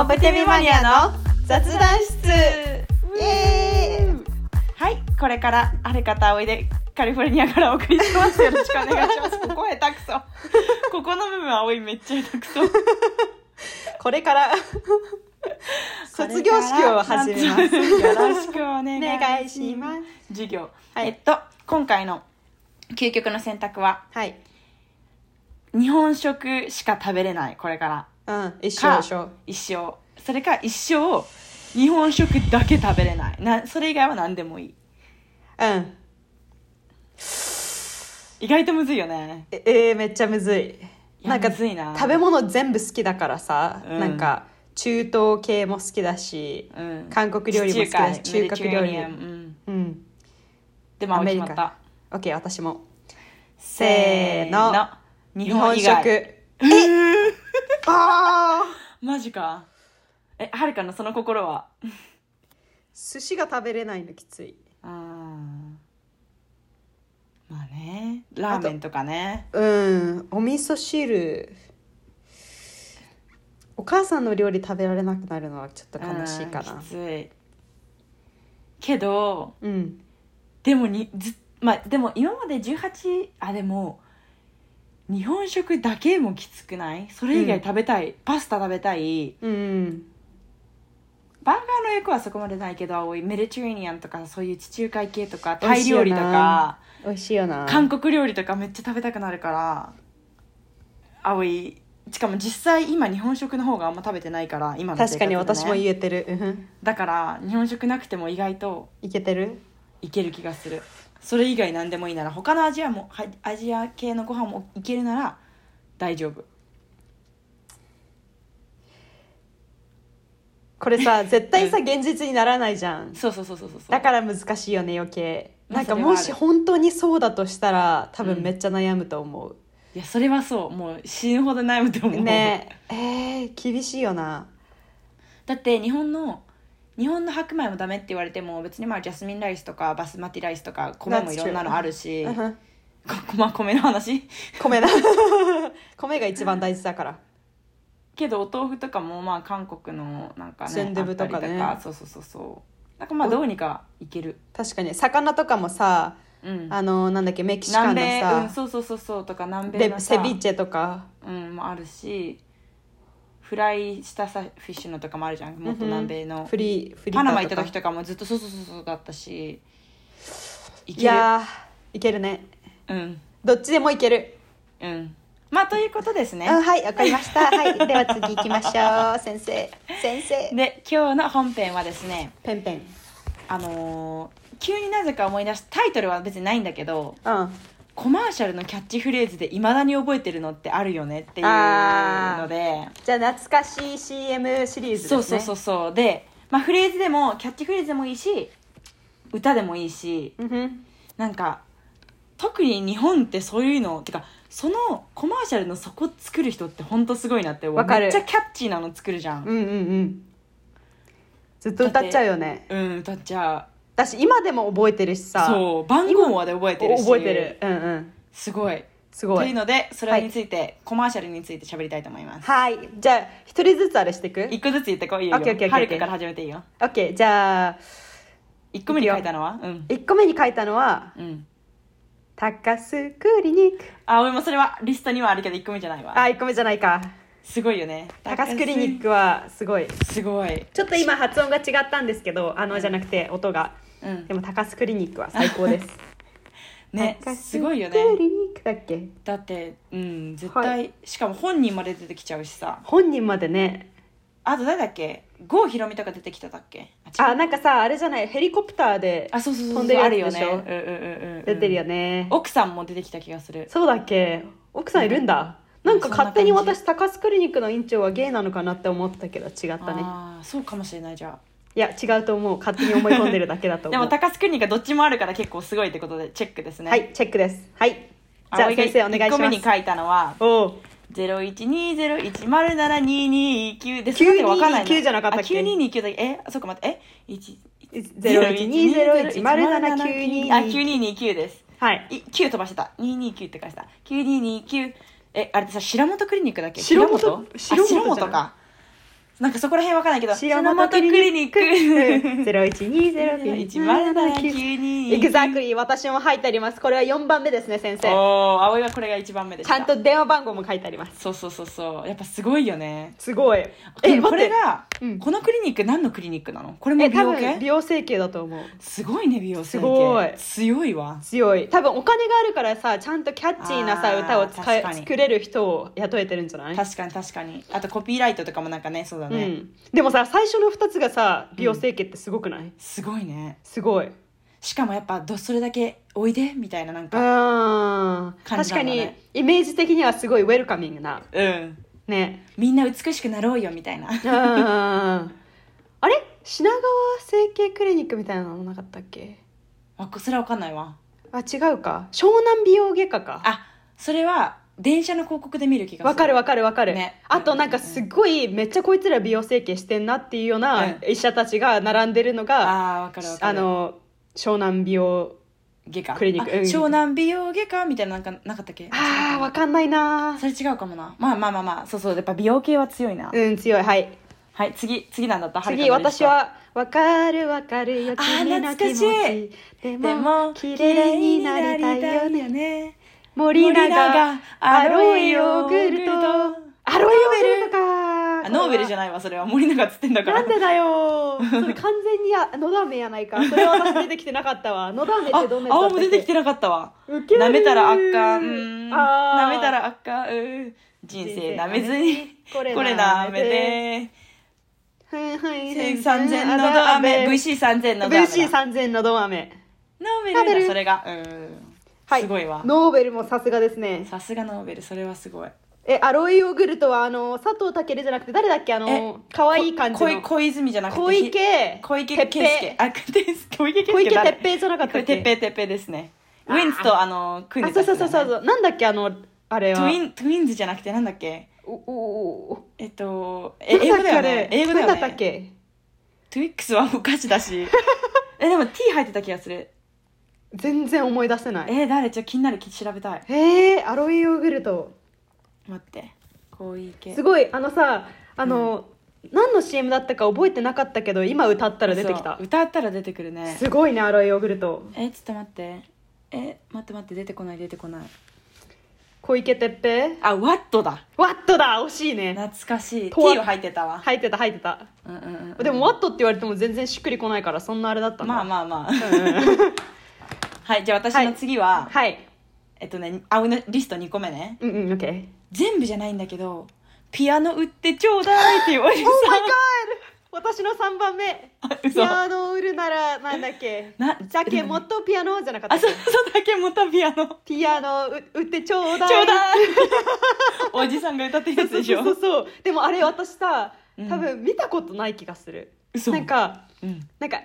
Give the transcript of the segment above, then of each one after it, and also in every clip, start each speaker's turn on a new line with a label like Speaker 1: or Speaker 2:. Speaker 1: オペテミマニアの雑談室イエーイはいこれからあれ方おいでカリフォルニアからお送りしますよろしくお願い しますここ下手くそここの部分青いめっちゃ下手くそ
Speaker 2: これ から 卒業式を始めます
Speaker 1: よろしくお願
Speaker 2: お
Speaker 1: い
Speaker 2: 願い
Speaker 1: し
Speaker 2: し
Speaker 1: ま
Speaker 2: ますす
Speaker 1: 授業、
Speaker 2: はい
Speaker 1: えっと今回の究極の選択は
Speaker 2: はい
Speaker 1: 日本食しか食べれないこれから
Speaker 2: うん一緒
Speaker 1: か
Speaker 2: 一緒
Speaker 1: 一生それか一生日本食だけ食べれないなそれ以外は何でもいい
Speaker 2: うん
Speaker 1: 意外とむずいよね
Speaker 2: ええーめっちゃむずい
Speaker 1: いや
Speaker 2: なんか
Speaker 1: むずいな
Speaker 2: 食べ物全部好きだからさ、
Speaker 1: うん
Speaker 2: なんか中東系も好きだし、
Speaker 1: うん
Speaker 2: 韓国料理も好きだし中華料理
Speaker 1: うん、
Speaker 2: うん
Speaker 1: でも
Speaker 2: アメリ
Speaker 1: 決
Speaker 2: カ
Speaker 1: まった
Speaker 2: オッケー私も
Speaker 1: せーの日
Speaker 2: 日
Speaker 1: 本
Speaker 2: 本
Speaker 1: 以
Speaker 2: 食
Speaker 1: 外
Speaker 2: えあー
Speaker 1: マジかえはるかのその心は
Speaker 2: 寿司が食べれないのきつい
Speaker 1: うんまあねラーメンとかね
Speaker 2: うんお味噌汁お母さんの料理食べられなくなるのはちょっと悲しいか
Speaker 1: うん
Speaker 2: な
Speaker 1: きついけど
Speaker 2: うん
Speaker 1: でもにずまあでも今まで18あでも日本食だけもきつくないそれ以外食べたい、パスタ食べたい
Speaker 2: うん
Speaker 1: バーガーの役はそこまでないけど青いメディテレーニアンとかそういう地中海系とか
Speaker 2: 美
Speaker 1: タ
Speaker 2: 味
Speaker 1: イ
Speaker 2: しいよ
Speaker 1: 料
Speaker 2: な
Speaker 1: 理とか
Speaker 2: 美味しいよな
Speaker 1: 韓国料理とかめっちゃ食べたくなるから青いしかも実際今日本食の方があんま食べてないから今の生
Speaker 2: 確
Speaker 1: 活で
Speaker 2: か
Speaker 1: ね
Speaker 2: に私も言えてる、うん
Speaker 1: だから日本食なくても意外と
Speaker 2: いけてる
Speaker 1: いける気がするそれ以外何でもいいなら他のアジアもはアジア系のご飯もいけるなら大丈夫
Speaker 2: これさ絶対さ現実にならないじゃん
Speaker 1: そうそうそうそうそうそう
Speaker 2: だから難しいよね余計
Speaker 1: ま
Speaker 2: な
Speaker 1: あ
Speaker 2: んか
Speaker 1: それはあ
Speaker 2: も
Speaker 1: る
Speaker 2: し本当にそうだとしたら多
Speaker 1: うん
Speaker 2: 分めっちゃ悩むと思う、
Speaker 1: いやそれはそうもう死ぬほど悩むと思う、
Speaker 2: ねえー厳しいよな
Speaker 1: だって日本の日本の白米もダメって言われても別にまあジャスミンライスとかバスマティライスとか米もいろんなのあるし
Speaker 2: う
Speaker 1: こ
Speaker 2: ん
Speaker 1: ま米の話
Speaker 2: 米な 米が一番大事だから
Speaker 1: けどお豆腐とかもまあ韓国のなんかね
Speaker 2: スンドゥブとかね
Speaker 1: あったりそうそうそうそうなんかまあどうにかいける
Speaker 2: 確かに魚とかもさ
Speaker 1: うん
Speaker 2: あのなんだっけメキシカン
Speaker 1: 南
Speaker 2: の
Speaker 1: 米うん
Speaker 2: さ、
Speaker 1: そうそうそうそうとか南米
Speaker 2: で
Speaker 1: のさ
Speaker 2: セビーチェとか
Speaker 1: うんもあるしフライしたさフィッシュのとかもあるじゃんもっと南米
Speaker 2: うん
Speaker 1: の
Speaker 2: フリーフリータ
Speaker 1: パ
Speaker 2: ー
Speaker 1: ナマ行った時とかもずっとそうそうそうそうだったしい
Speaker 2: い
Speaker 1: ける
Speaker 2: やーいけるね
Speaker 1: うん
Speaker 2: どっちでもいける
Speaker 1: うんまあということですね
Speaker 2: うんはいわかりました はいでは次行きましょう先生先生
Speaker 1: で今日の本編はですね
Speaker 2: ペンペン
Speaker 1: あのー急になぜか思い出しタイトルは別にないんだけど
Speaker 2: うん
Speaker 1: コマーシャルのキャッチフレーズでいまだに覚えてるのってあるよねっていうので
Speaker 2: じゃあ懐かしい CM シリーズです
Speaker 1: そ
Speaker 2: ね
Speaker 1: うそうそうそうで、まあ、フレーズでもキャッチフレーズでもいいし歌でもいいし
Speaker 2: うんふん
Speaker 1: なんか特に日本ってそういうのてかそのコマーシャルのそこ作る人ってほんとすごいなって思う
Speaker 2: わかる
Speaker 1: めっちゃキャッチーなの作るじゃん
Speaker 2: うんうんうんずっと歌っちゃうよね
Speaker 1: うん歌っちゃ
Speaker 2: 私今でも覚えてるし
Speaker 1: う
Speaker 2: さ
Speaker 1: そう番号まで覚えてるし
Speaker 2: 覚えてるうんうん
Speaker 1: すごい
Speaker 2: すご
Speaker 1: という
Speaker 2: い
Speaker 1: のでそれについて、コマーシャルについて喋りたいと思います
Speaker 2: はいじゃあ一人ずつあれしていく
Speaker 1: 一個ずつ言ってこいいいよ
Speaker 2: オッケーオッケーオッケー
Speaker 1: はるかから始めていいよ
Speaker 2: OK じゃあ
Speaker 1: 一個目に書いたのはうん
Speaker 2: 1個目に書いたのは
Speaker 1: うん
Speaker 2: 「高須クリニック
Speaker 1: あ俺もそれはリストにはあるけど一個目じゃない」わ
Speaker 2: あ1個目じゃないか
Speaker 1: すごいよね
Speaker 2: 高須クリニックはすごい
Speaker 1: すごい
Speaker 2: ちょっと今発音が違ったんですけどあのじゃなくて音が
Speaker 1: うん
Speaker 2: でも高須クリニックは最高です
Speaker 1: ね
Speaker 2: 高須
Speaker 1: すごいよね
Speaker 2: クリニックだっけ
Speaker 1: だってうん絶対、
Speaker 2: は
Speaker 1: しかも本人まで出てきちゃうしさ
Speaker 2: 本人までね
Speaker 1: あと誰だっけ郷ひろみとか出てきただっけあ違
Speaker 2: あ
Speaker 1: う
Speaker 2: なんかさあれじゃないヘリコプターで
Speaker 1: あそうそうそうそう
Speaker 2: 飛んでるやつ
Speaker 1: あるよね
Speaker 2: でしょ
Speaker 1: うんうんうんうん
Speaker 2: 出てるよね、
Speaker 1: 奥さんも出てきた気がする
Speaker 2: そうだっけ奥さんいるんだ、
Speaker 1: うん
Speaker 2: なんか勝手に
Speaker 1: そんな感じ
Speaker 2: 私高須クリニックの院長はゲイなのかなって思ったけど違ったね
Speaker 1: あーそうかもしれないじゃ
Speaker 2: いや違うと思う勝手に思い込んでるだけだと
Speaker 1: あ
Speaker 2: 思
Speaker 1: で
Speaker 2: う
Speaker 1: も高須クリニックはどっちもあるから結構すごいってことでチェックですね
Speaker 2: はいチェックですはいじゃあ
Speaker 1: 葵が
Speaker 2: 先生お願いし
Speaker 1: 一個目
Speaker 2: ま
Speaker 1: に
Speaker 2: す
Speaker 1: 書いたのは
Speaker 2: おう
Speaker 1: 0120107229です
Speaker 2: 9229
Speaker 1: わかんない
Speaker 2: じゃなかったっけ
Speaker 1: あ9229だっけえあそっか待ってえ一
Speaker 2: 0120107229
Speaker 1: あ9229です
Speaker 2: はい
Speaker 1: い9飛ばしてた229って返した9229えあれってさ白本クリニックだっけ
Speaker 2: 白本
Speaker 1: 白本あ
Speaker 2: 白本じゃない
Speaker 1: 白本かなんかそこら辺わかんないけど
Speaker 2: 白
Speaker 1: 白
Speaker 2: 本
Speaker 1: 本
Speaker 2: ク
Speaker 1: ク
Speaker 2: リ
Speaker 1: リニック
Speaker 2: ゼロ一二ゼロ
Speaker 1: 1番だ92
Speaker 2: エグザクリー私も入ってありますこれは4番目ですね先生
Speaker 1: おー葵はこれが1番目でし
Speaker 2: ちゃ
Speaker 1: た
Speaker 2: んと電話番号も書いてあります
Speaker 1: そうそうそうそうやっぱすごいよね
Speaker 2: すごい
Speaker 1: え
Speaker 2: え
Speaker 1: こ
Speaker 2: これ
Speaker 1: れ
Speaker 2: が
Speaker 1: が、
Speaker 2: うん
Speaker 1: このクリニック何のクリニックなのこれも
Speaker 2: え
Speaker 1: 美
Speaker 2: 多
Speaker 1: 容
Speaker 2: 分美
Speaker 1: 系
Speaker 2: 容整形だと思う
Speaker 1: すごいね美容整形
Speaker 2: すごい
Speaker 1: 強いわ
Speaker 2: 強い多分お金があるからさちゃんとキャッチーなさ
Speaker 1: あー
Speaker 2: 歌を使え
Speaker 1: 確かに
Speaker 2: 作れる人を雇えてるんじゃない
Speaker 1: 確かに確かにあとコピーライトとかもなんかねそうだ
Speaker 2: う
Speaker 1: ね、
Speaker 2: ん、でもさ最初の2つがさ美容整形ってすごくない、
Speaker 1: すごいね
Speaker 2: すごい
Speaker 1: しかもやっぱどそれだけおいでみたいななんか
Speaker 2: あー
Speaker 1: 感
Speaker 2: 確
Speaker 1: じな
Speaker 2: か
Speaker 1: んだね
Speaker 2: にイメージ的にはすごいウェルカミングな
Speaker 1: うん
Speaker 2: ね
Speaker 1: みんな美しくなろ うよみたいな
Speaker 2: ああれ品川整形クリニックみたいなのなかったっけ
Speaker 1: あそれは分かんないわ
Speaker 2: あ違うか湘南美容外科か
Speaker 1: あそれは電車の広告で見る気がする
Speaker 2: わかるわかるわかる、
Speaker 1: ね
Speaker 2: あとなんかすっごいめっちゃこいつら美容整形してんなっていうような
Speaker 1: うん
Speaker 2: 医者たちが並んでるのが、
Speaker 1: あーわかるわかる
Speaker 2: あの湘南美容
Speaker 1: 外科
Speaker 2: クリニック
Speaker 1: あ
Speaker 2: うん
Speaker 1: 湘南美容外科みたいななんかなかったっけ
Speaker 2: あーわかんないな
Speaker 1: それ違うかもなまあまあまあまあそうそうやっぱ美容系は強いな、
Speaker 2: うん強いはい
Speaker 1: はい次次なんだったはるか
Speaker 2: 次
Speaker 1: のリス
Speaker 2: 私
Speaker 1: ト
Speaker 2: は「わかるわかるよ
Speaker 1: あー
Speaker 2: 君の気持
Speaker 1: 懐かし
Speaker 2: ち」で
Speaker 1: で
Speaker 2: も
Speaker 1: も
Speaker 2: 綺
Speaker 1: 綺
Speaker 2: 麗
Speaker 1: 麗
Speaker 2: に
Speaker 1: に
Speaker 2: な
Speaker 1: な
Speaker 2: り
Speaker 1: り
Speaker 2: た
Speaker 1: た
Speaker 2: い
Speaker 1: い
Speaker 2: よ
Speaker 1: よ
Speaker 2: ね
Speaker 1: ね
Speaker 2: 森
Speaker 1: 森
Speaker 2: 永
Speaker 1: 永
Speaker 2: ア
Speaker 1: ア
Speaker 2: ロ
Speaker 1: ロ
Speaker 2: エ
Speaker 1: エ
Speaker 2: ヨー
Speaker 1: ヨー
Speaker 2: グ
Speaker 1: グ
Speaker 2: ル
Speaker 1: ル
Speaker 2: ト
Speaker 1: ト
Speaker 2: アロエヨーグルトか
Speaker 1: あノーベルじゃ
Speaker 2: ない
Speaker 1: ないわそれは森永っつってんだから
Speaker 2: なんでだよそれ完全にやのだめやないかそれは私出てきてなかったわのだめっ
Speaker 1: あ
Speaker 2: てどんなやつだ
Speaker 1: 青
Speaker 2: った
Speaker 1: も
Speaker 2: っけ
Speaker 1: 出てきてなかったわ
Speaker 2: ウケる
Speaker 1: なめたらあかんうん
Speaker 2: あー
Speaker 1: なめたらあかんうん人生なめずに
Speaker 2: これ
Speaker 1: これなめて
Speaker 2: はいはい
Speaker 1: 3000のど飴 VC3000 のど飴だ
Speaker 2: VC3000 のど飴
Speaker 1: ノーベル
Speaker 2: ノーベル
Speaker 1: だそれがうん
Speaker 2: は
Speaker 1: すごいわ
Speaker 2: ノーベルもさすがですね
Speaker 1: さすがノーベルそれはすごい
Speaker 2: えアロエヨーグルトはあの佐藤健じゃなくて誰だっけあの可愛い感じ
Speaker 1: こ
Speaker 2: の
Speaker 1: 小小泉じゃなくて
Speaker 2: 小池
Speaker 1: 小池
Speaker 2: てっ
Speaker 1: 健介
Speaker 2: ぺ
Speaker 1: あ小池
Speaker 2: い
Speaker 1: 健
Speaker 2: 小
Speaker 1: 介
Speaker 2: 池
Speaker 1: 誰
Speaker 2: 徹平じゃなかっ
Speaker 1: こ
Speaker 2: たっ
Speaker 1: れ
Speaker 2: け
Speaker 1: てっぺいてっぺいですねウィンズとあの組ん
Speaker 2: あ
Speaker 1: で
Speaker 2: そ
Speaker 1: た
Speaker 2: うそ
Speaker 1: 人
Speaker 2: う
Speaker 1: だ
Speaker 2: そうそう
Speaker 1: ね
Speaker 2: そうなんだっけあのあれは
Speaker 1: トゥイントゥインズじゃなくてなんだっけ
Speaker 2: おおお
Speaker 1: えっとえ
Speaker 2: なん
Speaker 1: 英
Speaker 2: だっ
Speaker 1: 語
Speaker 2: け
Speaker 1: だよ
Speaker 2: あ
Speaker 1: ね
Speaker 2: れ
Speaker 1: 英語だよね
Speaker 2: なんだったっけ
Speaker 1: トゥイックスはお菓子だしえでも T 入ってた気がする
Speaker 2: 全然思い出せない
Speaker 1: え誰ちょっと気になる調べたい
Speaker 2: えー、アロエヨーグルト
Speaker 1: 待って小池
Speaker 2: すごいあのさあの、何の CM だったか覚えてなかったけど今歌ったら出てきた
Speaker 1: そう歌ったら出てくるね
Speaker 2: すごいねアロエヨーグルト
Speaker 1: えちょっと待ってえ待って待って出てこない出てこない
Speaker 2: 小池徹平
Speaker 1: あワットだ
Speaker 2: ワットだ惜しいね
Speaker 1: 懐かしい T
Speaker 2: とわ
Speaker 1: を入ってたわ
Speaker 2: 入ってた入ってた
Speaker 1: うんうんうん
Speaker 2: でもワットって言われても全然しっくりこないからそんなあれだったんだ
Speaker 1: まあまあまあ
Speaker 2: うん
Speaker 1: はいじゃあ私の次は、
Speaker 2: はい
Speaker 1: えっとね青のリスト2個目ね
Speaker 2: うんうん OK
Speaker 1: 全部じゃないんだけどピアノ売ってちょうだいって言わ れて
Speaker 2: Oh my god 私の3番目
Speaker 1: あ
Speaker 2: ピ
Speaker 1: 嘘あ
Speaker 2: アノを売るならなんだっけ
Speaker 1: な
Speaker 2: じゃけもっとピアノじゃなかったっけ
Speaker 1: そうそうだけもたピアノちょ
Speaker 2: ピアノう売ってちょう
Speaker 1: う
Speaker 2: だい
Speaker 1: だい おじさんが歌ってるやつ
Speaker 2: そう
Speaker 1: でし
Speaker 2: そ
Speaker 1: ょ
Speaker 2: うそうそうでもあれ私さ
Speaker 1: うん
Speaker 2: 多分見たことない気がする、
Speaker 1: 嘘
Speaker 2: なんか
Speaker 1: うん
Speaker 2: なんか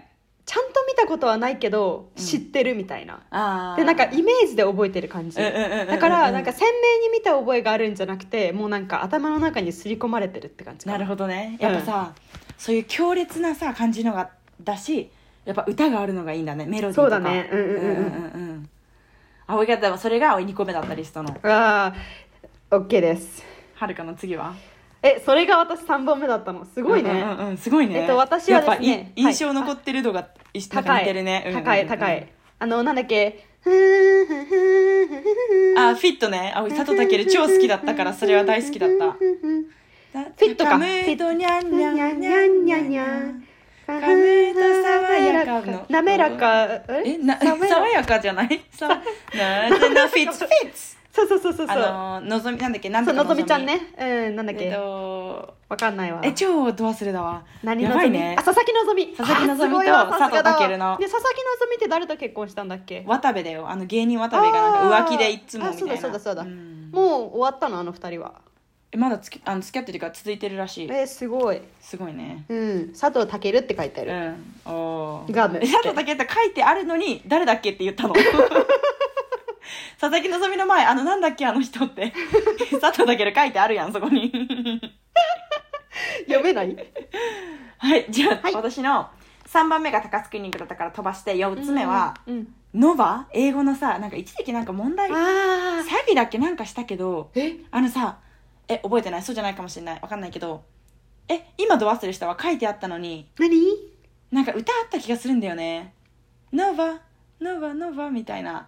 Speaker 2: ちゃんと見たことはないけど
Speaker 1: うん
Speaker 2: 知ってるみたいな、
Speaker 1: あー
Speaker 2: でなんかイメージで覚えてる感じ、
Speaker 1: うんうんうんうんうん
Speaker 2: だからなんか鮮明に見た覚えがあるんじゃなくてもうなんか頭の中に刷り込まれてるって感じか
Speaker 1: なるほどねやっぱさ、そういう強烈なさ感じのがだしやっぱ歌があるのがいいんだねメロディーと
Speaker 2: そ
Speaker 1: か
Speaker 2: うだねうんうんうんうん
Speaker 1: うんうんうん青い方はそれが青い2個目だったリストの
Speaker 2: あー OK です
Speaker 1: はるかの次は
Speaker 2: えそれが私3本目だったのすごいね、
Speaker 1: うんうんうんすごいね。
Speaker 2: えっと私はですね
Speaker 1: やっぱい
Speaker 2: はい
Speaker 1: 印象残ってる度がいしなんか
Speaker 2: 高
Speaker 1: 似
Speaker 2: い
Speaker 1: てるね。うんうんうん
Speaker 2: 高い高いあのなんだっけふーんふーんふーんふーんふーん
Speaker 1: あ、フィットね。あ、佐藤健超好きだったからそれは大好きだった。フ
Speaker 2: フィットか
Speaker 1: カムイとニャンニャンニャンニャンニャンニャン。
Speaker 2: 滑らか
Speaker 1: え、な
Speaker 2: 爽やか
Speaker 1: 爽やかじゃない？さ、なぜなフィッツフィッツ。
Speaker 2: そうそうそうそうそ
Speaker 1: あ
Speaker 2: う
Speaker 1: ののぞみなんだっけなん
Speaker 2: そう
Speaker 1: とか
Speaker 2: のぞみちゃん。ねうんなんだっ
Speaker 1: えっ
Speaker 2: け
Speaker 1: と、
Speaker 2: わかんないわ
Speaker 1: え超ど忘れだわ。
Speaker 2: 何
Speaker 1: や
Speaker 2: の
Speaker 1: ば
Speaker 2: ぞ
Speaker 1: い
Speaker 2: み
Speaker 1: ね
Speaker 2: あ。佐々木希美
Speaker 1: 佐々木希美と
Speaker 2: あすごいわさすがだわ
Speaker 1: 佐藤健の
Speaker 2: で佐々木希美って誰と結婚したんだっけ
Speaker 1: 渡部だよ。あの芸人渡部がなんか浮気でいつもみたいな。
Speaker 2: あそうだそうだそうだ
Speaker 1: ん
Speaker 2: もう終わったのあの二人は
Speaker 1: えまだつきあの付き合ってるというか続いてるらしい
Speaker 2: えーすごい
Speaker 1: すごいね
Speaker 2: うん佐藤健って書いてあ
Speaker 1: う
Speaker 2: る
Speaker 1: んおー
Speaker 2: ガム
Speaker 1: え佐藤健って書いてあるのに誰だっけって言った の佐々木希の前あのなんだっけあの人って 佐藤健書いてあるやんそこに
Speaker 2: 読めない
Speaker 1: はいじゃあ、
Speaker 2: はい
Speaker 1: 私の3番目が高須クリニックだったから飛ばして4つ目は、
Speaker 2: うん
Speaker 1: ノバ英語のさなんか一時期なんか問題詐
Speaker 2: あ
Speaker 1: 欺だっけなんかしたけど
Speaker 2: え
Speaker 1: あのさえ覚えてないそうじゃないかもしれないわかんないけどえ今ド忘れしたわ書いてあったのに
Speaker 2: 何
Speaker 1: なんか歌あった気がするんだよね「ノバノバノバ」みたいな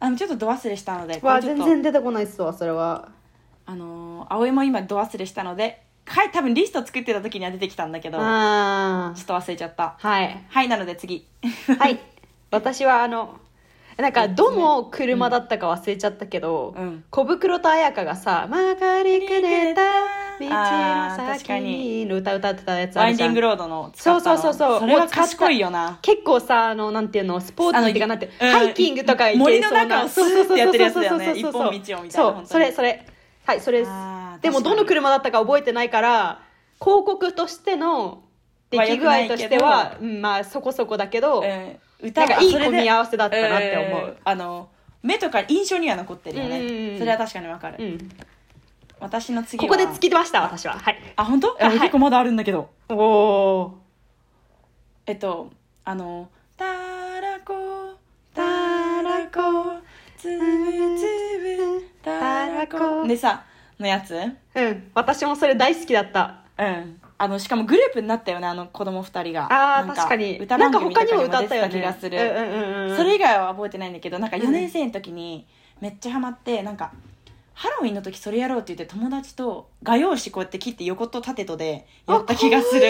Speaker 1: あのちょっとド忘れしたのでこ
Speaker 2: わ
Speaker 1: れちょっ
Speaker 2: 全
Speaker 1: と
Speaker 2: 然出てこないっすわそれは
Speaker 1: あのー葵も今ド忘れしたのではい多分リスト作ってた時には出てきたんだけどちょっ
Speaker 2: あー
Speaker 1: と忘れちゃった
Speaker 2: はい
Speaker 1: はいなので次
Speaker 2: はい私はあのなんかどの車だったか忘れちゃったけど、
Speaker 1: うん
Speaker 2: 小袋と彩香がさ「曲がりくれた道の
Speaker 1: あー確か
Speaker 2: 先
Speaker 1: に
Speaker 2: に」の歌歌ってたやつあ
Speaker 1: ワイ
Speaker 2: る
Speaker 1: ン
Speaker 2: じ
Speaker 1: デ
Speaker 2: ゃ
Speaker 1: ィング
Speaker 2: ん
Speaker 1: ロードの使ったの
Speaker 2: そうそうそうそう
Speaker 1: それは
Speaker 2: もう使った
Speaker 1: 賢いよな
Speaker 2: 結構さあのなんていうのスポーツ
Speaker 1: あの
Speaker 2: っていうかなんて
Speaker 1: うん
Speaker 2: ハイキングとか行け
Speaker 1: 森の
Speaker 2: そう
Speaker 1: 中
Speaker 2: な
Speaker 1: をスーッてやってるやつだ
Speaker 2: そうそうそうそ
Speaker 1: よね
Speaker 2: うそう
Speaker 1: 一本道をみたいな
Speaker 2: そ
Speaker 1: 本当
Speaker 2: う
Speaker 1: に
Speaker 2: それそれはいそれです
Speaker 1: あー
Speaker 2: でも
Speaker 1: 確かに
Speaker 2: どの車だったか覚えてないから広告としての出来具合として
Speaker 1: まあ良くない
Speaker 2: は
Speaker 1: け、
Speaker 2: うんまあそこそこだけど、
Speaker 1: えー
Speaker 2: な
Speaker 1: 歌
Speaker 2: んか
Speaker 1: が
Speaker 2: いい
Speaker 1: それで
Speaker 2: 組み合わせだったなって思
Speaker 1: えー
Speaker 2: う、
Speaker 1: あの目とか印象には残ってるよね、
Speaker 2: うんうんうん
Speaker 1: それは確かにわかる、
Speaker 2: うん、
Speaker 1: 私の次
Speaker 2: こ
Speaker 1: は
Speaker 2: こで突きました私ははい
Speaker 1: あ本当
Speaker 2: あ
Speaker 1: あ
Speaker 2: はい
Speaker 1: 結構まだあるんだけど、
Speaker 2: おお
Speaker 1: えっとあの「たらこたらこつぶつぶたらこ」でさのやつう
Speaker 2: うん私もそれ大好きだった
Speaker 1: んあのしかもグループになったよねあの子供二人が
Speaker 2: あ
Speaker 1: な
Speaker 2: ー
Speaker 1: ん
Speaker 2: 確かに
Speaker 1: 歌
Speaker 2: なん
Speaker 1: 番
Speaker 2: か
Speaker 1: 組とか
Speaker 2: 他に
Speaker 1: に
Speaker 2: も
Speaker 1: も
Speaker 2: 歌
Speaker 1: 歌
Speaker 2: っ
Speaker 1: ったて
Speaker 2: よ
Speaker 1: た
Speaker 2: ね
Speaker 1: 気がする、
Speaker 2: うんうんうん、
Speaker 1: それ以外は覚えてないんだけどなんか
Speaker 2: うん
Speaker 1: 4年生の時にめっちゃハマってなんかハロウィンの時それやろうって言って友達と画用紙こうやって切って横と縦とでやった気がす
Speaker 2: あ
Speaker 1: る
Speaker 2: 可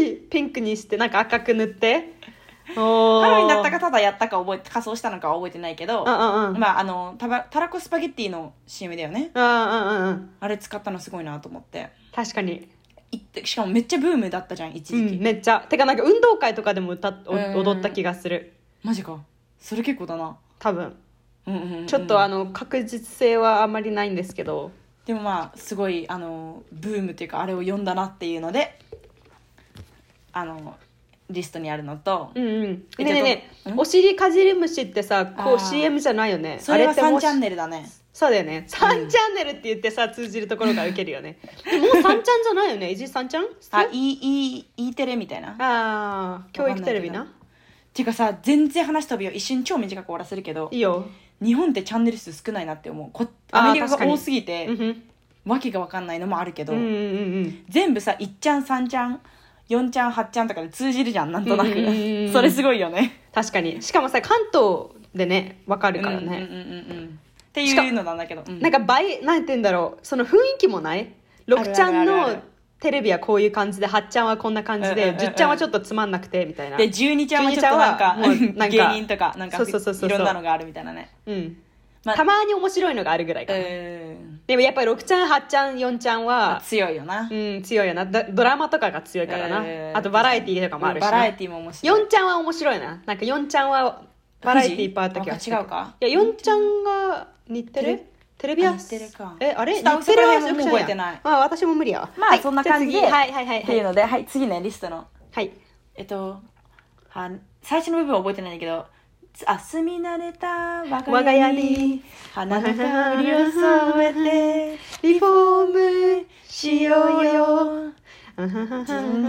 Speaker 2: 愛いピンクにしてなんか赤く塗っておー
Speaker 1: ハロウィンだったかただやったか覚えて仮装したのかは覚えてないけど
Speaker 2: うんうんうん
Speaker 1: まああのたばたらこスパゲッティの CM だよね
Speaker 2: うんうんうんうん
Speaker 1: あれ使ったのすごいなと思って
Speaker 2: 確かに、
Speaker 1: いってしかもめっちゃブームだったじゃん一
Speaker 2: う
Speaker 1: 時期、
Speaker 2: ん、めっちゃてかなんか運動会とかでも歌っお
Speaker 1: うん
Speaker 2: 踊った気がする
Speaker 1: マジかそれ結構だな
Speaker 2: 多分
Speaker 1: うんうんうん、
Speaker 2: ちょっとあ
Speaker 1: の
Speaker 2: の確実性はあまりないんですけど
Speaker 1: でもまあすごいあのブームというかあれを読んだなっていうのであのリストにあるのと、
Speaker 2: うんうんねえ
Speaker 1: え
Speaker 2: ねえねえ
Speaker 1: じゃあどう
Speaker 2: お尻かじり虫ってさこ
Speaker 1: あ
Speaker 2: う
Speaker 1: ー
Speaker 2: CM じゃないよね
Speaker 1: それは
Speaker 2: あっても
Speaker 1: 3
Speaker 2: う
Speaker 1: チャンネルだね
Speaker 2: そうだよね3チャンネルって言ってさ通じるところがウケるよ ねでももう3ちゃんじゃないよねいじ3ちゃん
Speaker 1: あ E, e, e テレみたいな
Speaker 2: あー教育テレビな
Speaker 1: ていうかさ全然話飛ぶよ一瞬超短く終わらせるけど
Speaker 2: いいよ
Speaker 1: 日本ってチャンネル数少ないなって思うこ
Speaker 2: あー
Speaker 1: アメリカ
Speaker 2: 確か
Speaker 1: が
Speaker 2: に
Speaker 1: 多すぎて、
Speaker 2: うんうん
Speaker 1: わけがわかんないのもあるけど、
Speaker 2: うんうんうん
Speaker 1: 全部さ1ちゃん3ちゃん4ちゃん8ちゃんとかで通じるじゃんなんとなく、
Speaker 2: うんうんうんうん
Speaker 1: それすごいよね
Speaker 2: 確かにしかもさ関東でねわかるから
Speaker 1: うんうんうん
Speaker 2: ね、
Speaker 1: うんっていうのなんだけど、うん
Speaker 2: なんか倍なんて言うんだろうその雰囲気もない
Speaker 1: ある
Speaker 2: 6ちゃん
Speaker 1: あるあるあ
Speaker 2: の
Speaker 1: る
Speaker 2: テレビはこういう感じで8ちゃんはこんな感じ
Speaker 1: うんうん
Speaker 2: で、
Speaker 1: うんうん
Speaker 2: 10ちゃんはちょっとつまんなくてみたいな
Speaker 1: で12ちゃんはちょっとなんか
Speaker 2: 12ちゃんはもう なんか
Speaker 1: 芸人とかなんか
Speaker 2: そうそうそうそう
Speaker 1: いろんなのがあるみたいなね
Speaker 2: うん
Speaker 1: まあ
Speaker 2: たまに面白いのがあるぐらいかな、
Speaker 1: うん
Speaker 2: でもやっぱり6ちゃん8ちゃん4ちゃん
Speaker 1: まあ
Speaker 2: は、
Speaker 1: 強いよな、
Speaker 2: うん、強いよなドドラマとかが強いからな、
Speaker 1: うん
Speaker 2: あとバラエティーとかもあるしな
Speaker 1: バラエティも面白い
Speaker 2: 4ちゃんは面白いななんか4ちゃんはバラエティーいっぱいあった気がする
Speaker 1: あ違うか
Speaker 2: いや4ちゃんが日テレテレビ
Speaker 1: あ
Speaker 2: 朝
Speaker 1: 日テレか
Speaker 2: えあれ日
Speaker 1: 下
Speaker 2: テレは
Speaker 1: そこら辺
Speaker 2: 6
Speaker 1: も覚えてない
Speaker 2: ちゃんやあ私も無理やわ
Speaker 1: まあ
Speaker 2: はい
Speaker 1: そんな感じで
Speaker 2: ゃあ次はいはいはい
Speaker 1: って
Speaker 2: はいいう
Speaker 1: のではい次ねリストの
Speaker 2: はい
Speaker 1: えっとは最初の部分は覚えてないんだけど「あ住み慣れた我が家に花の香りを添えて
Speaker 2: リフォームし
Speaker 1: し
Speaker 2: よ
Speaker 1: よ
Speaker 2: う
Speaker 1: う
Speaker 2: よ
Speaker 1: よ」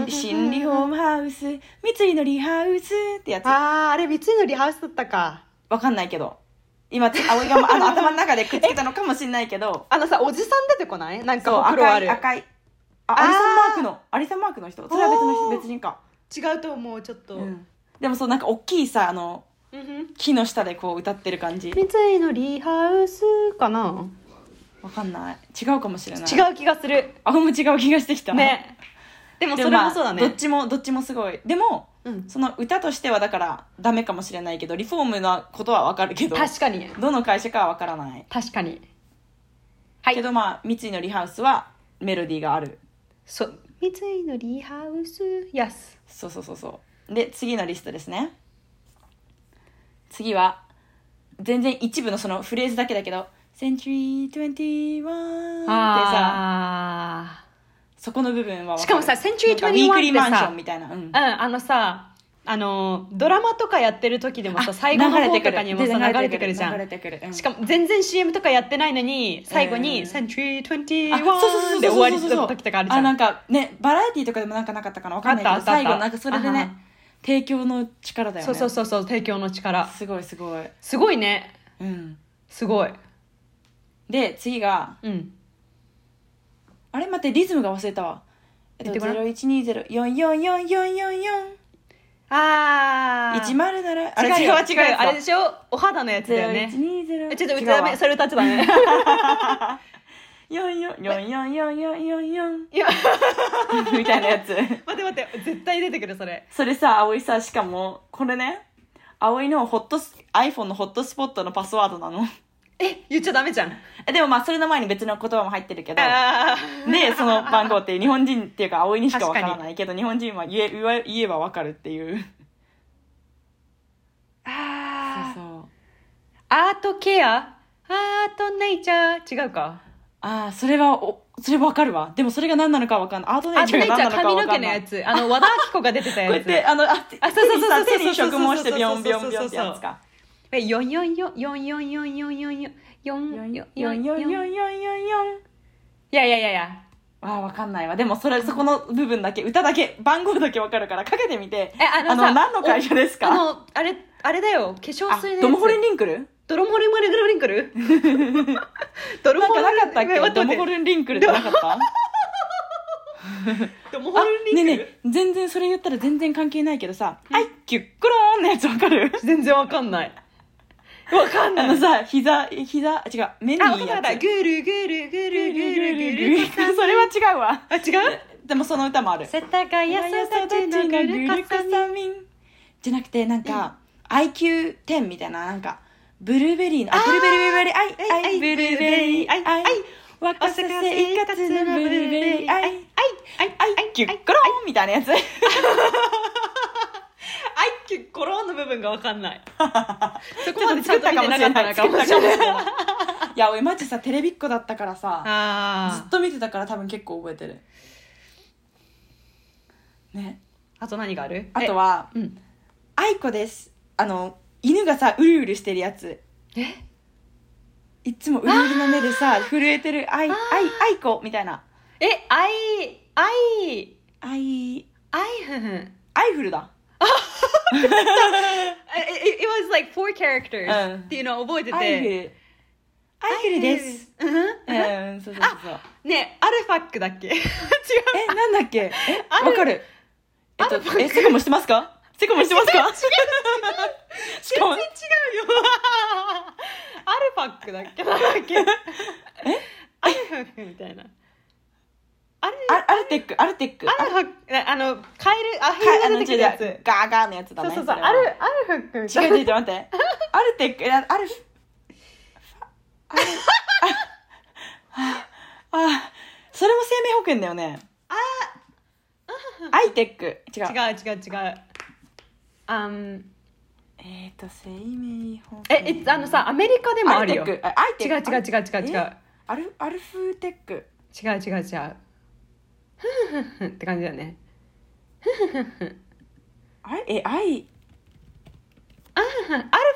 Speaker 1: 新リフォームハウス三井のリハウスってやつ
Speaker 2: あーあれ三井のリハウスだったか
Speaker 1: わかんないけど今葵があの頭の中でくっつけたのかもしれないけど
Speaker 2: あのさおじさん出てこないなんか
Speaker 1: そう
Speaker 2: ほくろあ
Speaker 1: 赤い
Speaker 2: る
Speaker 1: 赤いあ
Speaker 2: あー
Speaker 1: アリサンマークのアリサンマークの人それは別の
Speaker 2: お
Speaker 1: 人
Speaker 2: ー
Speaker 1: 別人か、
Speaker 2: 違うと思うちょっと、
Speaker 1: うんでもそうなんか大きいさあの
Speaker 2: うんうん
Speaker 1: 木の下でこう歌ってる感じ
Speaker 2: 三井のリハウスかな
Speaker 1: わかんない違うかもしれない
Speaker 2: 違う気がする
Speaker 1: あもう違う気がしてきた
Speaker 2: ねでも
Speaker 1: で
Speaker 2: それ
Speaker 1: まあ
Speaker 2: もそうだね、
Speaker 1: どっちもどっちもすごいでも
Speaker 2: うん、
Speaker 1: その歌としてはだからダメかもしれないけどリフォームなことはわかるけど
Speaker 2: 確かに
Speaker 1: どの会社かはわからない、
Speaker 2: 確かにはい
Speaker 1: けどまあ三井のリハウスはメロディーがある
Speaker 2: そう三井のリハウスやす
Speaker 1: そうそうそうそうで次のリストですね次は全然一部のそのフレーズだけだけど「Century 21」ってさ
Speaker 2: あ
Speaker 1: そこの部分はわる
Speaker 2: しかもさ Century
Speaker 1: なんかウィークリーマ
Speaker 2: 21っ
Speaker 1: ンシ
Speaker 2: て
Speaker 1: ョ
Speaker 2: さ
Speaker 1: ンみたいな、うん
Speaker 2: ーうんあのさあのドラマとかやってる時でもさ最後の方とかにもさ流れてくるじゃ
Speaker 1: 流れ
Speaker 2: ん
Speaker 1: てくる、
Speaker 2: し
Speaker 1: し
Speaker 2: かも全然 CM とかやってないのに最後
Speaker 1: う
Speaker 2: に「
Speaker 1: ん
Speaker 2: Century
Speaker 1: あそうそう
Speaker 2: 21」
Speaker 1: そうそう
Speaker 2: で終わり
Speaker 1: そう
Speaker 2: す
Speaker 1: そ
Speaker 2: る
Speaker 1: うそう
Speaker 2: 時とかあるじゃ
Speaker 1: なん
Speaker 2: ん
Speaker 1: かねバラエティーとかでもなんかなかったかなわかんないけ
Speaker 2: あ
Speaker 1: ど
Speaker 2: ったあった
Speaker 1: 最後なんかそれで
Speaker 2: あはは
Speaker 1: ね提供の力だよ
Speaker 2: そ
Speaker 1: ね
Speaker 2: うそうそうそう提供の力
Speaker 1: すごいすごい
Speaker 2: すごいね
Speaker 1: うん
Speaker 2: すごい
Speaker 1: で次が
Speaker 2: うん
Speaker 1: あれ待ってリズムが忘れたわえっと、
Speaker 2: 言ってごらん
Speaker 1: 0120-44444
Speaker 2: あー
Speaker 1: 1丸なら
Speaker 2: あれ違う
Speaker 1: よ
Speaker 2: 違うあれ
Speaker 1: や
Speaker 2: で
Speaker 1: つ
Speaker 2: しょお肌のやつだ
Speaker 1: だ
Speaker 2: よね
Speaker 1: 0120
Speaker 2: えちょっと
Speaker 1: 違う
Speaker 2: ダ
Speaker 1: わ
Speaker 2: メそれ歌っちゃダメ
Speaker 1: 44444444
Speaker 2: いや
Speaker 1: みたいなやつ
Speaker 2: 待って待って絶対出てくるそれ
Speaker 1: それさ葵さしかもこれね葵のホットス iPhone のホットスポットのパスワードなの
Speaker 2: え言っちゃダメじゃん
Speaker 1: えでもまあそれの前に別の言葉も入ってるけど
Speaker 2: あー
Speaker 1: でその番号っていう日本人っていうか葵にしかわから
Speaker 2: 確
Speaker 1: ないけど日本人は言え言え言えばわかるっていう
Speaker 2: あー
Speaker 1: そうそう
Speaker 2: アートケアアートネイチャー違うか
Speaker 1: ああそれはおそれわかるわでもそれが何なのかわかんないアートネ
Speaker 2: アー
Speaker 1: イチ
Speaker 2: ト
Speaker 1: ャ
Speaker 2: ネ
Speaker 1: ー
Speaker 2: イ
Speaker 1: が
Speaker 2: チャー
Speaker 1: 何なのか
Speaker 2: 髪
Speaker 1: わ
Speaker 2: の
Speaker 1: か
Speaker 2: 毛
Speaker 1: ん
Speaker 2: の
Speaker 1: ない
Speaker 2: やつあの和田アキ子が出てた
Speaker 1: こうや
Speaker 2: や
Speaker 1: っ
Speaker 2: つ
Speaker 1: てあのあ
Speaker 2: あそうそうそうそう
Speaker 1: 手にさ
Speaker 2: そうそうそう
Speaker 1: 手に植毛してビヨンビヨンビヨンってやつか
Speaker 2: え4444444444いやいやいやいや
Speaker 1: ああわかんないわでもそれそこの部分だけ歌だけ番号だけわかるからかけてみて
Speaker 2: えあのさ
Speaker 1: 何の会社です
Speaker 2: あ
Speaker 1: か
Speaker 2: のあれあれだよ化粧
Speaker 1: あ
Speaker 2: 水のやつ
Speaker 1: ドモホルンリンクル
Speaker 2: ドロモレモレグルリンクルドロ
Speaker 1: なん
Speaker 2: モ
Speaker 1: か
Speaker 2: レ
Speaker 1: なかったっけ
Speaker 2: 待
Speaker 1: ド
Speaker 2: て
Speaker 1: モホ
Speaker 2: 待て
Speaker 1: ルンリンクルってなかった
Speaker 2: ドモホ
Speaker 1: あ
Speaker 2: ルン
Speaker 1: ね
Speaker 2: リ
Speaker 1: え
Speaker 2: ンクル
Speaker 1: ねえ全然それ言ったら全然関係ないけどさ「はいキュッコローン」のやつわかる
Speaker 2: 全然わかんないわかん
Speaker 1: あ
Speaker 2: ない
Speaker 1: のさ膝膝あ違う目
Speaker 2: あわ
Speaker 1: にい
Speaker 2: かん
Speaker 1: い
Speaker 2: ないわかん
Speaker 1: や
Speaker 2: ない
Speaker 1: つ
Speaker 2: ぐるぐるぐ
Speaker 1: ぐる
Speaker 2: るぐ
Speaker 1: ぐる
Speaker 2: る
Speaker 1: ぐ
Speaker 2: ぐ
Speaker 1: るぐ
Speaker 2: る
Speaker 1: るそれは違うわ
Speaker 2: あ違う
Speaker 1: でもその歌もある
Speaker 2: 世田谷
Speaker 1: じゃなくてなんか、IQ10 みたいななんかブルーベリーのあブルーベリーベリーアイアイブルーベリーアイアイ若させいかつのブルーベリーアイアイキュッコロンみたいなやつ
Speaker 2: アイキュコロンの部分がわかんないそこ
Speaker 1: ちょ
Speaker 2: ま
Speaker 1: っ
Speaker 2: で
Speaker 1: と
Speaker 2: ちゃんと
Speaker 1: 作った
Speaker 2: 見
Speaker 1: か
Speaker 2: てな
Speaker 1: もし
Speaker 2: か
Speaker 1: れ
Speaker 2: っ
Speaker 1: な
Speaker 2: た
Speaker 1: い
Speaker 2: のかもしれない
Speaker 1: いや俺マジさテレビっ子だったからさず
Speaker 2: あ
Speaker 1: っと見てたから多分結構覚えてるね
Speaker 2: あと何がある
Speaker 1: あとは
Speaker 2: えうん
Speaker 1: あいこです。あの、犬がさ、うるうるしてるやつ。
Speaker 2: え
Speaker 1: いつもうるうるの目でさ、震えてる、あい、
Speaker 2: あー
Speaker 1: あい、あいこ、みたいな。
Speaker 2: えアイアイ
Speaker 1: あい、
Speaker 2: アイフンフン
Speaker 1: アイフルだ。
Speaker 2: It, it was like four characters、
Speaker 1: うん
Speaker 2: っていうのを覚えてて
Speaker 1: アイフル。アイフルです。
Speaker 2: うんうん
Speaker 1: うん、そうそうそうそう。
Speaker 2: ねアルファックだっけ 違う
Speaker 1: え、なんだっけ
Speaker 2: あ
Speaker 1: え、
Speaker 2: る
Speaker 1: わかる。えっと、え、セコもしてますかセコもしてますか しかも
Speaker 2: 全然、違うよアルファックだっけなんだっ けえアルファックみたいなあれ
Speaker 1: アアルテック、アルテック。
Speaker 2: アルファックあのカエルアヒ
Speaker 1: かあ
Speaker 2: ルが
Speaker 1: の
Speaker 2: 出てく
Speaker 1: 違う
Speaker 2: るやつ
Speaker 1: 違うガーガーのやつだ
Speaker 2: そ
Speaker 1: ね。
Speaker 2: うそうそう
Speaker 1: れは
Speaker 2: アルアルファックみた
Speaker 1: 違
Speaker 2: いうな
Speaker 1: 違う違う待ってアルテックえあアルフあれああそれも生命保険だよねアイテック違う
Speaker 2: 違う違う違うあん
Speaker 1: えっ、ー、と生命保険
Speaker 2: ええあのさアメリカでも
Speaker 1: ア
Speaker 2: あ
Speaker 1: イ
Speaker 2: る
Speaker 1: テ
Speaker 2: よ
Speaker 1: ック
Speaker 2: 違う
Speaker 1: あアイテ
Speaker 2: 違う
Speaker 1: ック
Speaker 2: 違う違う違う違う
Speaker 1: えアルアルフテック
Speaker 2: 違う違う違うふんふんふんって感じだよね
Speaker 1: あれえアイ
Speaker 2: アル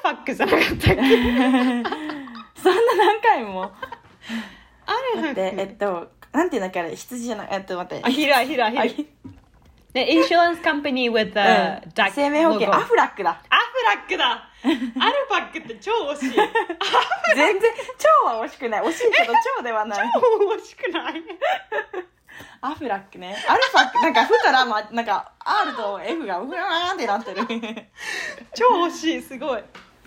Speaker 2: ファックじゃなかったっ け
Speaker 1: そんな何回も
Speaker 2: アルフ
Speaker 1: 待
Speaker 2: ァッ
Speaker 1: って
Speaker 2: ク
Speaker 1: えっとなんていうんだっけあれ羊じゃないえっと待って
Speaker 2: アヒルアヒルアヒ
Speaker 1: ア
Speaker 2: ル
Speaker 1: ヒル
Speaker 2: ね、インシュランスカンパニー with the
Speaker 1: うん生命保険ア
Speaker 2: アフ
Speaker 1: フラックだ
Speaker 2: アフラックだアルファックって超惜しい
Speaker 1: 全然超は惜しくない惜しいけど超ではない
Speaker 2: 超惜しくない
Speaker 1: アフラックねアルファックなんか「ふ」から、ま、なんか R と F がうわーってなってる
Speaker 2: 超惜しいすごい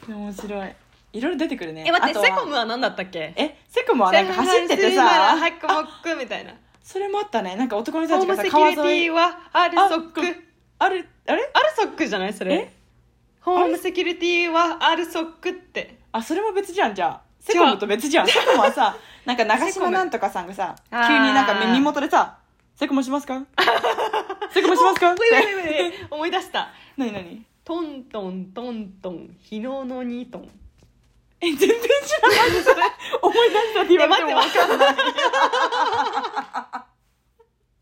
Speaker 1: 面白いいろいろ出てくるね
Speaker 2: え待っ
Speaker 1: あと
Speaker 2: て
Speaker 1: は
Speaker 2: セコムは何だったっけ
Speaker 1: えセコムはなんか走っててさ
Speaker 2: ハックモックみたいな
Speaker 1: それもあったねなんか男の人
Speaker 2: ホ
Speaker 1: た
Speaker 2: ームセ
Speaker 1: ちがさ
Speaker 2: キ
Speaker 1: 川
Speaker 2: ュリテ
Speaker 1: 沿
Speaker 2: ィ
Speaker 1: い
Speaker 2: はアルソック
Speaker 1: ああるあれ
Speaker 2: アルソックじゃないそれ
Speaker 1: え
Speaker 2: ホームセキュリティはアルソックって
Speaker 1: あそれも別じゃんじゃあセコムと別じゃんセコムはさなんか長島なんとかさんがさ
Speaker 2: セコ
Speaker 1: 急
Speaker 2: ム
Speaker 1: になんか耳元でさ「セコムしますか? 」セコムしますかっ
Speaker 2: ウェイウ
Speaker 1: て
Speaker 2: ェイウェイウェイ思い出した
Speaker 1: 何何
Speaker 2: トントントントン日ののにトン
Speaker 1: え全然知らないそれ思い出したって言われても
Speaker 2: え
Speaker 1: わ
Speaker 2: 待って
Speaker 1: かんない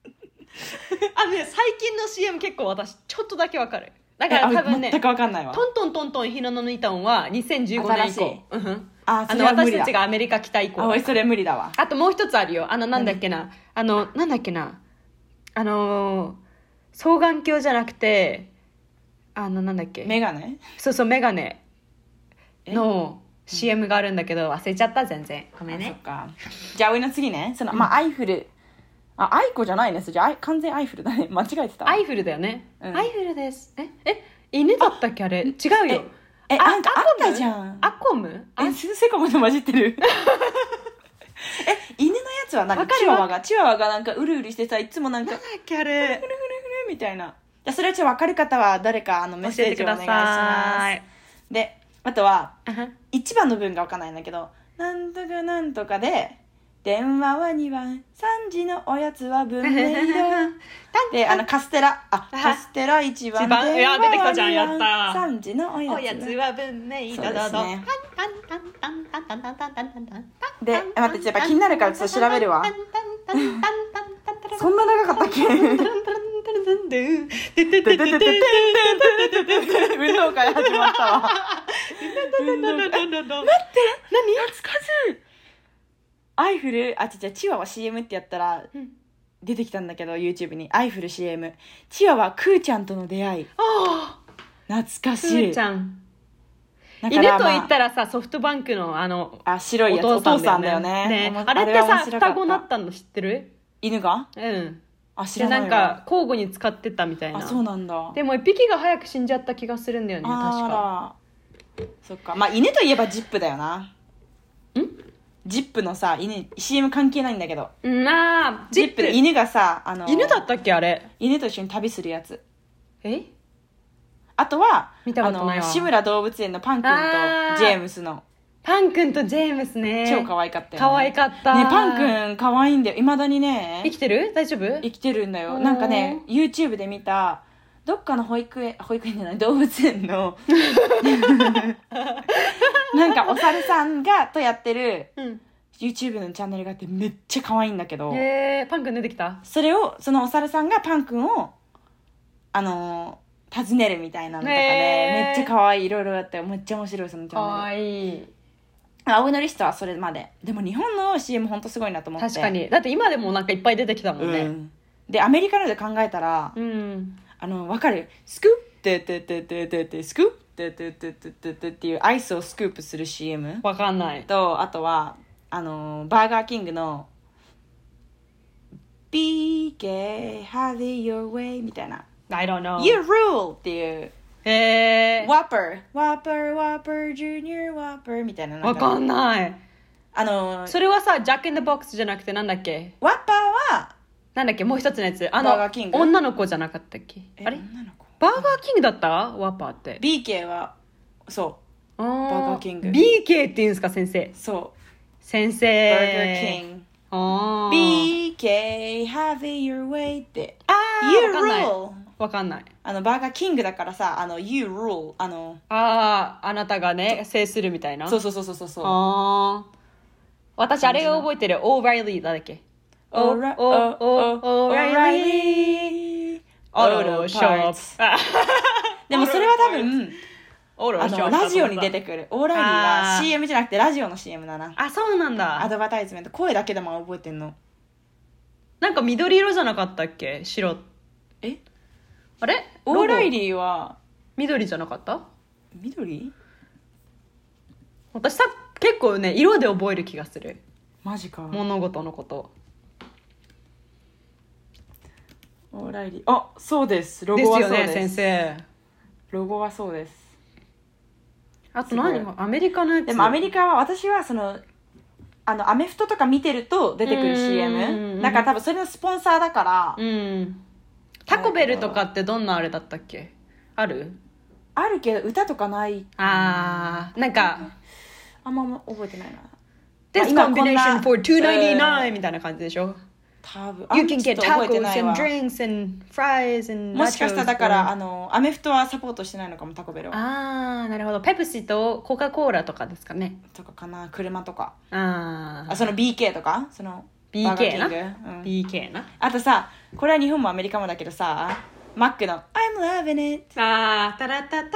Speaker 2: あのね最近の CM 結構私ちょっとだけわかるだ
Speaker 1: え
Speaker 2: から
Speaker 1: あ
Speaker 2: 多分ね
Speaker 1: 全くわかんないわ
Speaker 2: トントントントン日ののにトンは2015年以
Speaker 1: 新しい
Speaker 2: 降、うんうん
Speaker 1: あ
Speaker 2: あ
Speaker 1: それ
Speaker 2: の
Speaker 1: は無
Speaker 2: 私
Speaker 1: 理
Speaker 2: た
Speaker 1: だ
Speaker 2: ちがアメリカ来た以降
Speaker 1: あおいそれ無理だわ
Speaker 2: あともう一つあるよ。あの、なんだっけな。あの、なんだっけな。あのー、双眼鏡じゃなくて、あの、なんだっけ。
Speaker 1: メガネ
Speaker 2: そうそう、メガネの CM があるんだけど、忘れちゃった、全然。ごめん
Speaker 1: あそ
Speaker 2: ね
Speaker 1: っ。かじゃあおいの次ねその、まあアイフルあアイコじゃないねじゃああい完全アイフルだね 間違えてた
Speaker 2: アイフルだよね、
Speaker 1: うん
Speaker 2: アイフルですええ犬だったっけあれ違うよ
Speaker 1: え
Speaker 2: あ
Speaker 1: なんかあっ
Speaker 2: アコ
Speaker 1: た
Speaker 2: ム
Speaker 1: じゃん
Speaker 2: アコムあ
Speaker 1: えセコムと混じっ てるえ犬のやつは
Speaker 2: わ
Speaker 1: 何
Speaker 2: か
Speaker 1: チ
Speaker 2: るわ
Speaker 1: ワワがチワワがなんかうるうるしてさいつもなんか
Speaker 2: な
Speaker 1: ふ
Speaker 2: ん
Speaker 1: る
Speaker 2: だっけあれ
Speaker 1: ふるふるみたいないやそれはちょっと分かる方は誰かあのメッ
Speaker 2: 教
Speaker 1: セ
Speaker 2: え
Speaker 1: ー
Speaker 2: て
Speaker 1: ジ
Speaker 2: く
Speaker 1: をお
Speaker 2: だ
Speaker 1: 願いし
Speaker 2: さ
Speaker 1: ます
Speaker 2: い
Speaker 1: であとは
Speaker 2: あは
Speaker 1: 1番の文が分かんないんだけど「なんとかなんとか」で「電話は2番3時のおやつは文明 だ」であのカステラあカステラ1番
Speaker 2: 一番いや出てきたじゃん
Speaker 1: 電話は
Speaker 2: や
Speaker 1: 二
Speaker 2: った
Speaker 1: 番3時のおやつ
Speaker 2: おやつは文明だだだ
Speaker 1: そうですね
Speaker 2: で
Speaker 1: で待ってちょっとやっぱ気になるからちょっと調べるわそんな長かったっ け運動会始まった わ運動会って何つかずアイフルあ違う違うチワワ CM ってやったら出てきたんだけど YouTube にアイフル CM チワワクーちゃんとの出会い
Speaker 2: あ
Speaker 1: 懐か
Speaker 2: ー
Speaker 1: し
Speaker 2: ふ
Speaker 1: い
Speaker 2: ーちゃん
Speaker 1: だか
Speaker 2: 犬
Speaker 1: ら
Speaker 2: と
Speaker 1: まあ
Speaker 2: 言ったらさソフトバンクのあの
Speaker 1: あ白い
Speaker 2: お
Speaker 1: やつお父
Speaker 2: 父
Speaker 1: さ
Speaker 2: さ
Speaker 1: ん
Speaker 2: ん
Speaker 1: だ
Speaker 2: だよ
Speaker 1: よね
Speaker 2: ねね
Speaker 1: おも
Speaker 2: あれって
Speaker 1: は面
Speaker 2: さ
Speaker 1: 白か
Speaker 2: 双子になったの知ってる
Speaker 1: 犬が
Speaker 2: うん
Speaker 1: あ知
Speaker 2: で
Speaker 1: らない
Speaker 2: な
Speaker 1: わ
Speaker 2: んか交互に使ってたみたい
Speaker 1: あそう
Speaker 2: な
Speaker 1: なんだ
Speaker 2: でも一匹が早く死んじゃった気がするんだよね確か
Speaker 1: あらそっかまあ犬といえばジップだよなんジップのさ犬 CM 関係ないんだけど
Speaker 2: うんあー
Speaker 1: ジ
Speaker 2: ジ
Speaker 1: ッ
Speaker 2: ッ
Speaker 1: プ
Speaker 2: プ
Speaker 1: で犬がさあの
Speaker 2: 犬だったっけあれ
Speaker 1: 犬と一緒に旅するやつ
Speaker 2: え
Speaker 1: あとは
Speaker 2: 見たことない
Speaker 1: あ
Speaker 2: わ
Speaker 1: の志村動物園のパン君
Speaker 2: あ
Speaker 1: と
Speaker 2: ー
Speaker 1: ジェームスの
Speaker 2: パン君とジェームスね
Speaker 1: 超可愛かったよ、ね、
Speaker 2: 可愛かった
Speaker 1: ねパン君可愛いんだよいまだにね
Speaker 2: 生きてる大丈夫
Speaker 1: 生
Speaker 2: え
Speaker 1: きてるんだよ
Speaker 2: おー
Speaker 1: なんかね YouTube で見たどっかの保育園保育園じゃない動物園 のなんかお猿さんがとやってる YouTube のチャンネルがあってめっちゃ可愛いんだけど、
Speaker 2: えーパン君出てきた
Speaker 1: それをそのお猿さんがパン君をあのー訪ねるみたいなのとかね、
Speaker 2: へ
Speaker 1: め
Speaker 2: ー
Speaker 1: っちゃ可愛いいろいろあってめっちゃ面白いそのチャンネ
Speaker 2: 愛い
Speaker 1: ル青いのリストはそれまででも日本の CM ほんとすごいなと思って
Speaker 2: 確かにだって今でもなんかいっぱい出てきたもん
Speaker 1: う
Speaker 2: ね
Speaker 1: んでアメリカので考えたら、
Speaker 2: うん
Speaker 1: あの、わかるスクープてててててて、スクープててててててっていうアイスをスクープする CM
Speaker 2: わかんない
Speaker 1: と、あとは、あの、バーガーキングの BK Have it your way みたいな
Speaker 2: I don't know
Speaker 1: You rule っていう
Speaker 2: えー
Speaker 1: Whopper Whopper Whopper Junior Whopper みたいなな
Speaker 2: わ
Speaker 1: ん
Speaker 2: かんない
Speaker 1: あの、
Speaker 2: それはさジャック・イン・ザ・ボックスじゃなくてなんだっけ
Speaker 1: Whopper は
Speaker 2: なんだっけもう一つのやつあ
Speaker 1: バーガーキング
Speaker 2: の女の子じゃなかったっけ
Speaker 1: え
Speaker 2: あれ
Speaker 1: 女の子
Speaker 2: バーガーキングだったワッパーって
Speaker 1: BK はそ
Speaker 2: あー
Speaker 1: バーガーキング
Speaker 2: BK って言うんですか先生
Speaker 1: うそう
Speaker 2: 先
Speaker 1: Burger
Speaker 2: 生
Speaker 1: King
Speaker 2: あー
Speaker 1: BK have it your way って
Speaker 2: あー
Speaker 1: You
Speaker 2: わかんない
Speaker 1: rule
Speaker 2: わかんない
Speaker 1: あのバーガーキングだからさあの You rule あの
Speaker 2: あああなたがね制するみたいな
Speaker 1: そうそうそうそうそうそう
Speaker 2: ああ私あれを覚えてるオーライリーだっけ
Speaker 1: オ
Speaker 2: お
Speaker 1: ーラ
Speaker 2: おおお
Speaker 1: オーライリーオロロ
Speaker 2: ショー
Speaker 1: parts でもそれは多分
Speaker 2: オロ
Speaker 1: あ
Speaker 2: ロショ
Speaker 1: の
Speaker 2: ー
Speaker 1: ラジオに出てくるオーライリーは
Speaker 2: あー
Speaker 1: CM じゃなくてラジオの CM だな
Speaker 2: あそうなん
Speaker 1: ア
Speaker 2: だ
Speaker 1: ドバタイズメント声だけでも覚えてんの
Speaker 2: なんか緑色じゃなかったっけ白
Speaker 1: え
Speaker 2: あれ
Speaker 1: オーライ
Speaker 2: ー
Speaker 1: リーは
Speaker 2: 緑じゃなかった
Speaker 1: 緑
Speaker 2: 私さ結構ね色で覚える気がする
Speaker 1: マジか
Speaker 2: 物事のこと
Speaker 1: オーライリーあそうですロ
Speaker 2: で
Speaker 1: ゴ
Speaker 2: す
Speaker 1: はそ
Speaker 2: よ
Speaker 1: う
Speaker 2: ね
Speaker 1: です
Speaker 2: 先生
Speaker 1: ロゴはそうです
Speaker 2: あと
Speaker 1: す
Speaker 2: 何
Speaker 1: ごい
Speaker 2: アメリカのやつ
Speaker 1: でもアメリカは私はそのあのアメフトとか見てると出てく
Speaker 2: う
Speaker 1: る
Speaker 2: ん
Speaker 1: CM だから多分それのスポンサーだから、
Speaker 2: うんタコベルとかってどんなあれだったっけある
Speaker 1: あるけど歌とかない
Speaker 2: あーなんか
Speaker 1: あんま覚えてないな
Speaker 2: 「This
Speaker 1: 今こんな
Speaker 2: combination for
Speaker 1: う
Speaker 2: 299」みたいな感じでしょ
Speaker 1: 多分
Speaker 2: 「You can
Speaker 1: ちょ
Speaker 2: get
Speaker 1: っと覚えて
Speaker 2: tacos
Speaker 1: ない
Speaker 2: and
Speaker 1: わ
Speaker 2: drinks and fries and nachos
Speaker 1: もしかしたらだからあのアメフトはサポートしてないのかもタコベルは
Speaker 2: あーなるほどペプシとコカ・コーラとかですかね
Speaker 1: とかかな車とか
Speaker 2: あ
Speaker 1: あ
Speaker 2: あ
Speaker 1: その BK とかその
Speaker 2: BK
Speaker 1: バーガーキングうん
Speaker 2: BK な
Speaker 1: あとさこれは日本もアメリカもだけどさマックの「I'm loving it
Speaker 2: あータラタタタ」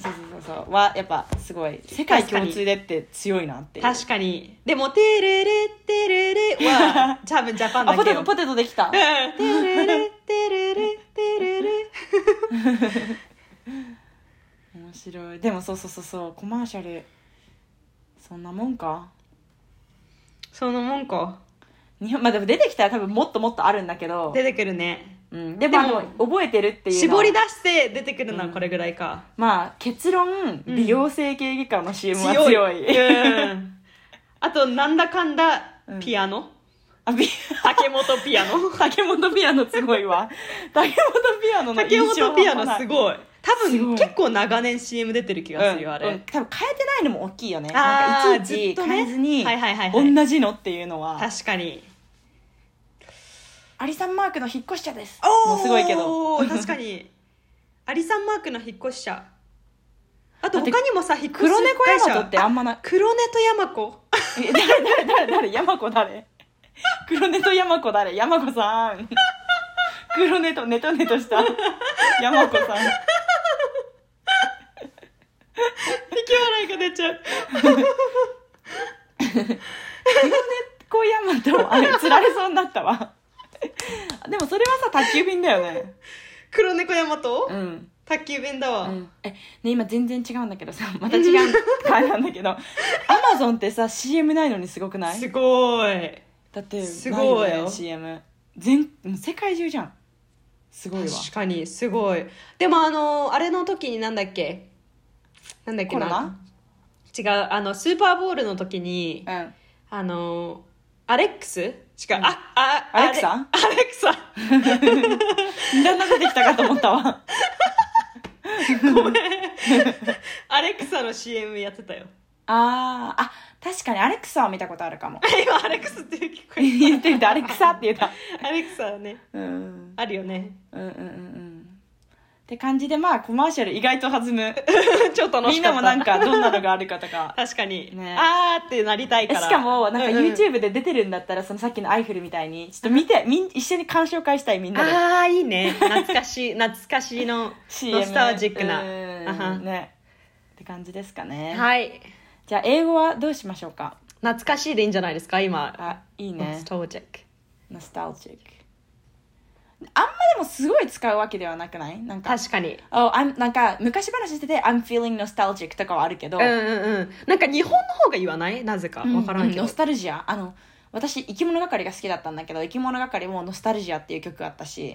Speaker 1: そうそうそうそうはやっぱすごい世界共通でって強いなっていう
Speaker 2: 確かにでも「テレレテレレ」 は多分ジャパン
Speaker 1: あ
Speaker 2: だ
Speaker 1: ポ
Speaker 2: け
Speaker 1: テ
Speaker 2: ど
Speaker 1: トポテトできた
Speaker 2: テレレテレレテレレ
Speaker 1: 面白いでもそうそうそうそうコマーシャルそんなもんか
Speaker 2: そのもんか
Speaker 1: 日本まあでも出てきたら多分もっともっとあるんだけど、
Speaker 2: 出てくるね
Speaker 1: うん、でもあ
Speaker 2: でも
Speaker 1: の覚えてるっていうの
Speaker 2: 絞
Speaker 1: は
Speaker 2: り出して出てくるのは
Speaker 1: うん
Speaker 2: これぐらいか、
Speaker 1: まあ結論
Speaker 2: うん
Speaker 1: 美容整形外科の CM は強い、
Speaker 2: うんあとなんだかんだ
Speaker 1: うん
Speaker 2: ピアノ、
Speaker 1: あび
Speaker 2: 竹本ピアノ
Speaker 1: 竹本ピアノすご いわ竹本ピアノの
Speaker 2: 竹本ピアノす
Speaker 1: い
Speaker 2: ごい多
Speaker 1: すご
Speaker 2: 分
Speaker 1: い
Speaker 2: 結構長年 CM 出てる気がするよ、あれ、
Speaker 1: うん、多分変えてないのも大きいよね
Speaker 2: あー
Speaker 1: なんかいち
Speaker 2: ずっ
Speaker 1: いち
Speaker 2: と
Speaker 1: 変
Speaker 2: ね
Speaker 1: えずに
Speaker 2: はいはいはいはい
Speaker 1: 同じのっていうのは
Speaker 2: 確かに
Speaker 1: アリサンマークの引っ越し者です
Speaker 2: おー
Speaker 1: もうすごいけど
Speaker 2: 確か にアリサンマークの引っ越し者あと
Speaker 1: だって
Speaker 2: 他にもさ引っ越し
Speaker 1: 黒猫ヤ
Speaker 2: 会社
Speaker 1: マトってあんまな
Speaker 2: 黒猫山子
Speaker 1: え誰誰誰誰ヤマコ誰黒ネトヤマコ誰ヤマコさん黒ネトネトネトしたヤマコさん
Speaker 2: 引き笑いが出ちゃう
Speaker 1: こヤマトあれ釣られそうになったわでもそれはさ宅急便だよね
Speaker 2: 黒猫山と
Speaker 1: うん、
Speaker 2: 宅急便だわ、
Speaker 1: えね今全然違うんだけど さまた違うあれなんだけどアマゾンってさ CM ないのにすごくない
Speaker 2: すごい
Speaker 1: だって
Speaker 2: すごいよ
Speaker 1: ないよね CM 全世界中じゃんすごいわ
Speaker 2: 確かにすごいでもあのあれの時になんだっけなんだっけ
Speaker 1: コロ
Speaker 2: な
Speaker 1: ナ
Speaker 2: 違うあのスーパーボールの時に
Speaker 1: うん
Speaker 2: あのアレックス違う、
Speaker 1: ん
Speaker 2: ああ
Speaker 1: アレクサ
Speaker 2: アレクサ
Speaker 1: だんだん出てきたかと思ったわ
Speaker 2: アレクサの CM やってたよ
Speaker 1: あーあ確かにアレクサは見たことあるかも
Speaker 2: 今アレクスって聞こえ
Speaker 1: 言ってみたアレクサって言った
Speaker 2: たアレクサね
Speaker 1: うんうん
Speaker 2: あるよ ね
Speaker 1: うんうんうんって感じでまあコマーシャル意外と弾む
Speaker 2: ちょっと楽
Speaker 1: み
Speaker 2: し
Speaker 1: ん
Speaker 2: か
Speaker 1: な
Speaker 2: った
Speaker 1: もなんかどんなのがあるかと か
Speaker 2: 確かに、
Speaker 1: ね
Speaker 2: あーってなりたい
Speaker 1: え
Speaker 2: か
Speaker 1: し
Speaker 2: ら
Speaker 1: かもなんか
Speaker 2: うう
Speaker 1: YouTube で出てるんだったらそのさっきのアイフルみたいにちょっと見てみん一緒に鑑賞会したいみんなで
Speaker 2: ああいいね懐かしい 懐かしいのノ
Speaker 1: CM
Speaker 2: スタージックな
Speaker 1: うん
Speaker 2: あは
Speaker 1: ねって感じですかね、
Speaker 2: はい
Speaker 1: じゃあ英語はどうしましょうか
Speaker 2: 懐かしいでいいんじゃないですか今
Speaker 1: あいい
Speaker 2: ノ
Speaker 1: ね
Speaker 2: スタージック
Speaker 1: ノスタルジックあんまでもすごい使うわけではなくないなんか
Speaker 2: 確かに
Speaker 1: Oh, I'm, なんか昔話してて「I'm feeling nostalgic」とかはあるけど、
Speaker 2: うんうんうんなんか日本の方が言わないなぜか
Speaker 1: うん
Speaker 2: わからんけど、
Speaker 1: ノスタルジアあの私生き物係が好きだったんだけど生き物係も「ノスタルジア」っていう曲あった
Speaker 2: へ
Speaker 1: し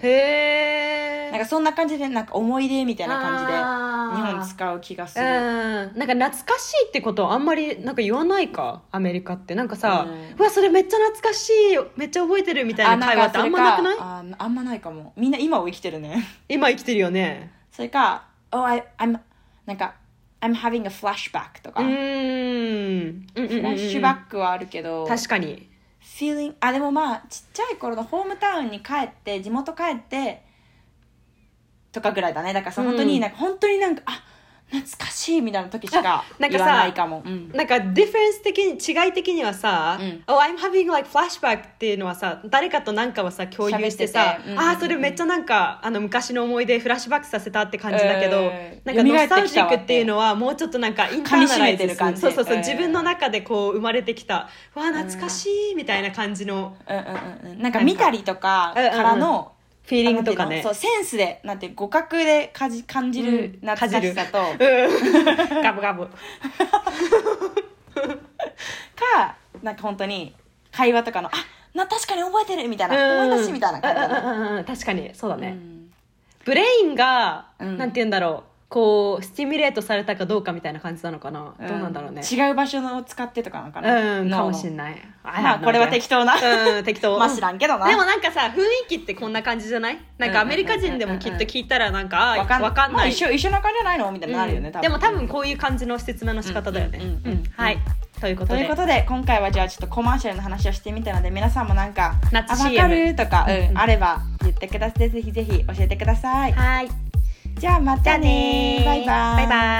Speaker 2: え
Speaker 1: なんかそんな感じでなんか思い出みたいな感じで日本
Speaker 2: じ
Speaker 1: 使う気がす
Speaker 2: う
Speaker 1: る、
Speaker 2: んなんか懐かしいってことをあんまりなんか言わないかアメリカってなんかさ、う
Speaker 1: うん
Speaker 2: わそれめっちゃ懐かしいめっちゃ覚えてるみたいな会話ってあんまなくない
Speaker 1: ああんまないかもみんな今を生きてるね
Speaker 2: 今生きてるよね
Speaker 1: それか「Oh I, I'm なんか I'm having a flashback」とか、
Speaker 2: う
Speaker 1: フ
Speaker 2: ーんうんうんうんうん
Speaker 1: ラッシュバックはあるけど
Speaker 2: 確かに
Speaker 1: feeling あでもまあちっちゃい頃のホームタウンに帰って地元帰ってとかぐらいだねだからさ、
Speaker 2: うん
Speaker 1: 本当になんか本当になんかあ懐かしいみたいな時しか
Speaker 2: あなんか
Speaker 1: 言
Speaker 2: さ
Speaker 1: わないかもうん
Speaker 2: なんかディフェンス的に違い的にはさ「
Speaker 1: うん
Speaker 2: Oh I'm having like flashback」っていうのはさ誰かとなんかはさ共有して
Speaker 1: 喋っ
Speaker 2: さ
Speaker 1: ててうん
Speaker 2: ああそれめっちゃなんかあの昔の思い出フラッシュバックさせたって感じだけど、
Speaker 1: うん
Speaker 2: なんかノスタル
Speaker 1: 蘇ってき
Speaker 2: ジ
Speaker 1: た
Speaker 2: ッ
Speaker 1: わ
Speaker 2: クっていうのはもうちょっとなんかインターナライズ
Speaker 1: 噛み締めてる感じ
Speaker 2: そうそうそう、
Speaker 1: うん
Speaker 2: 自分の中でこう生まれてきた「わあ懐かしい」みたいな感じの
Speaker 1: うんうんうんうんなんか見たりとかからの
Speaker 2: フィーリング
Speaker 1: なんてい
Speaker 2: と
Speaker 1: うの
Speaker 2: かね
Speaker 1: そうセンスでなんていう互角でかじ感じる
Speaker 2: うん
Speaker 1: 懐かしさと、
Speaker 2: うん
Speaker 1: か
Speaker 2: ガブガブ
Speaker 1: なんか本当に会話とかのあな確かに覚えてるみたいな
Speaker 2: うん
Speaker 1: 思い出しみたいな感じだね
Speaker 2: うんうんうんうん確かにそうだね、
Speaker 1: うん
Speaker 2: ブレインが、
Speaker 1: うん
Speaker 2: なんて言うんだろうこうスティミュレートされたかどうかみたいな感じなのかな、
Speaker 1: うん
Speaker 2: どうなんだろうね
Speaker 1: 違う場所のを使ってとかなのかな、
Speaker 2: うんかもしん
Speaker 1: い
Speaker 2: ない
Speaker 1: まあこれは適当な、
Speaker 2: 当うん適当
Speaker 1: まあ知らんけどな
Speaker 2: でもなんかさ雰囲気ってこんな感じじゃないなんかアメリカ人でもきっと聞いたらなんかあ
Speaker 1: わ
Speaker 2: わ
Speaker 1: か
Speaker 2: か
Speaker 1: ん
Speaker 2: ん
Speaker 1: な
Speaker 2: ないい、
Speaker 1: まあ、一緒一緒な感じじゃないのみたいになるよね、
Speaker 2: うんでも多分こういう感じの説明の仕方だよね
Speaker 1: うんうんうん
Speaker 2: うんはいということ
Speaker 1: とい
Speaker 2: で
Speaker 1: うことで今回はじゃあちょっとコマーシャルの話をしてみたので皆さんもなんか「あ
Speaker 2: 夏
Speaker 1: 分
Speaker 2: CM
Speaker 1: かる?」とか、うん
Speaker 2: うん
Speaker 1: あれば言ってくださいぜひぜひ教えてください、
Speaker 2: はい
Speaker 1: じゃあま
Speaker 2: じゃ
Speaker 1: た
Speaker 2: あ
Speaker 1: ね
Speaker 2: ねー
Speaker 1: バイバイ
Speaker 2: バイバイ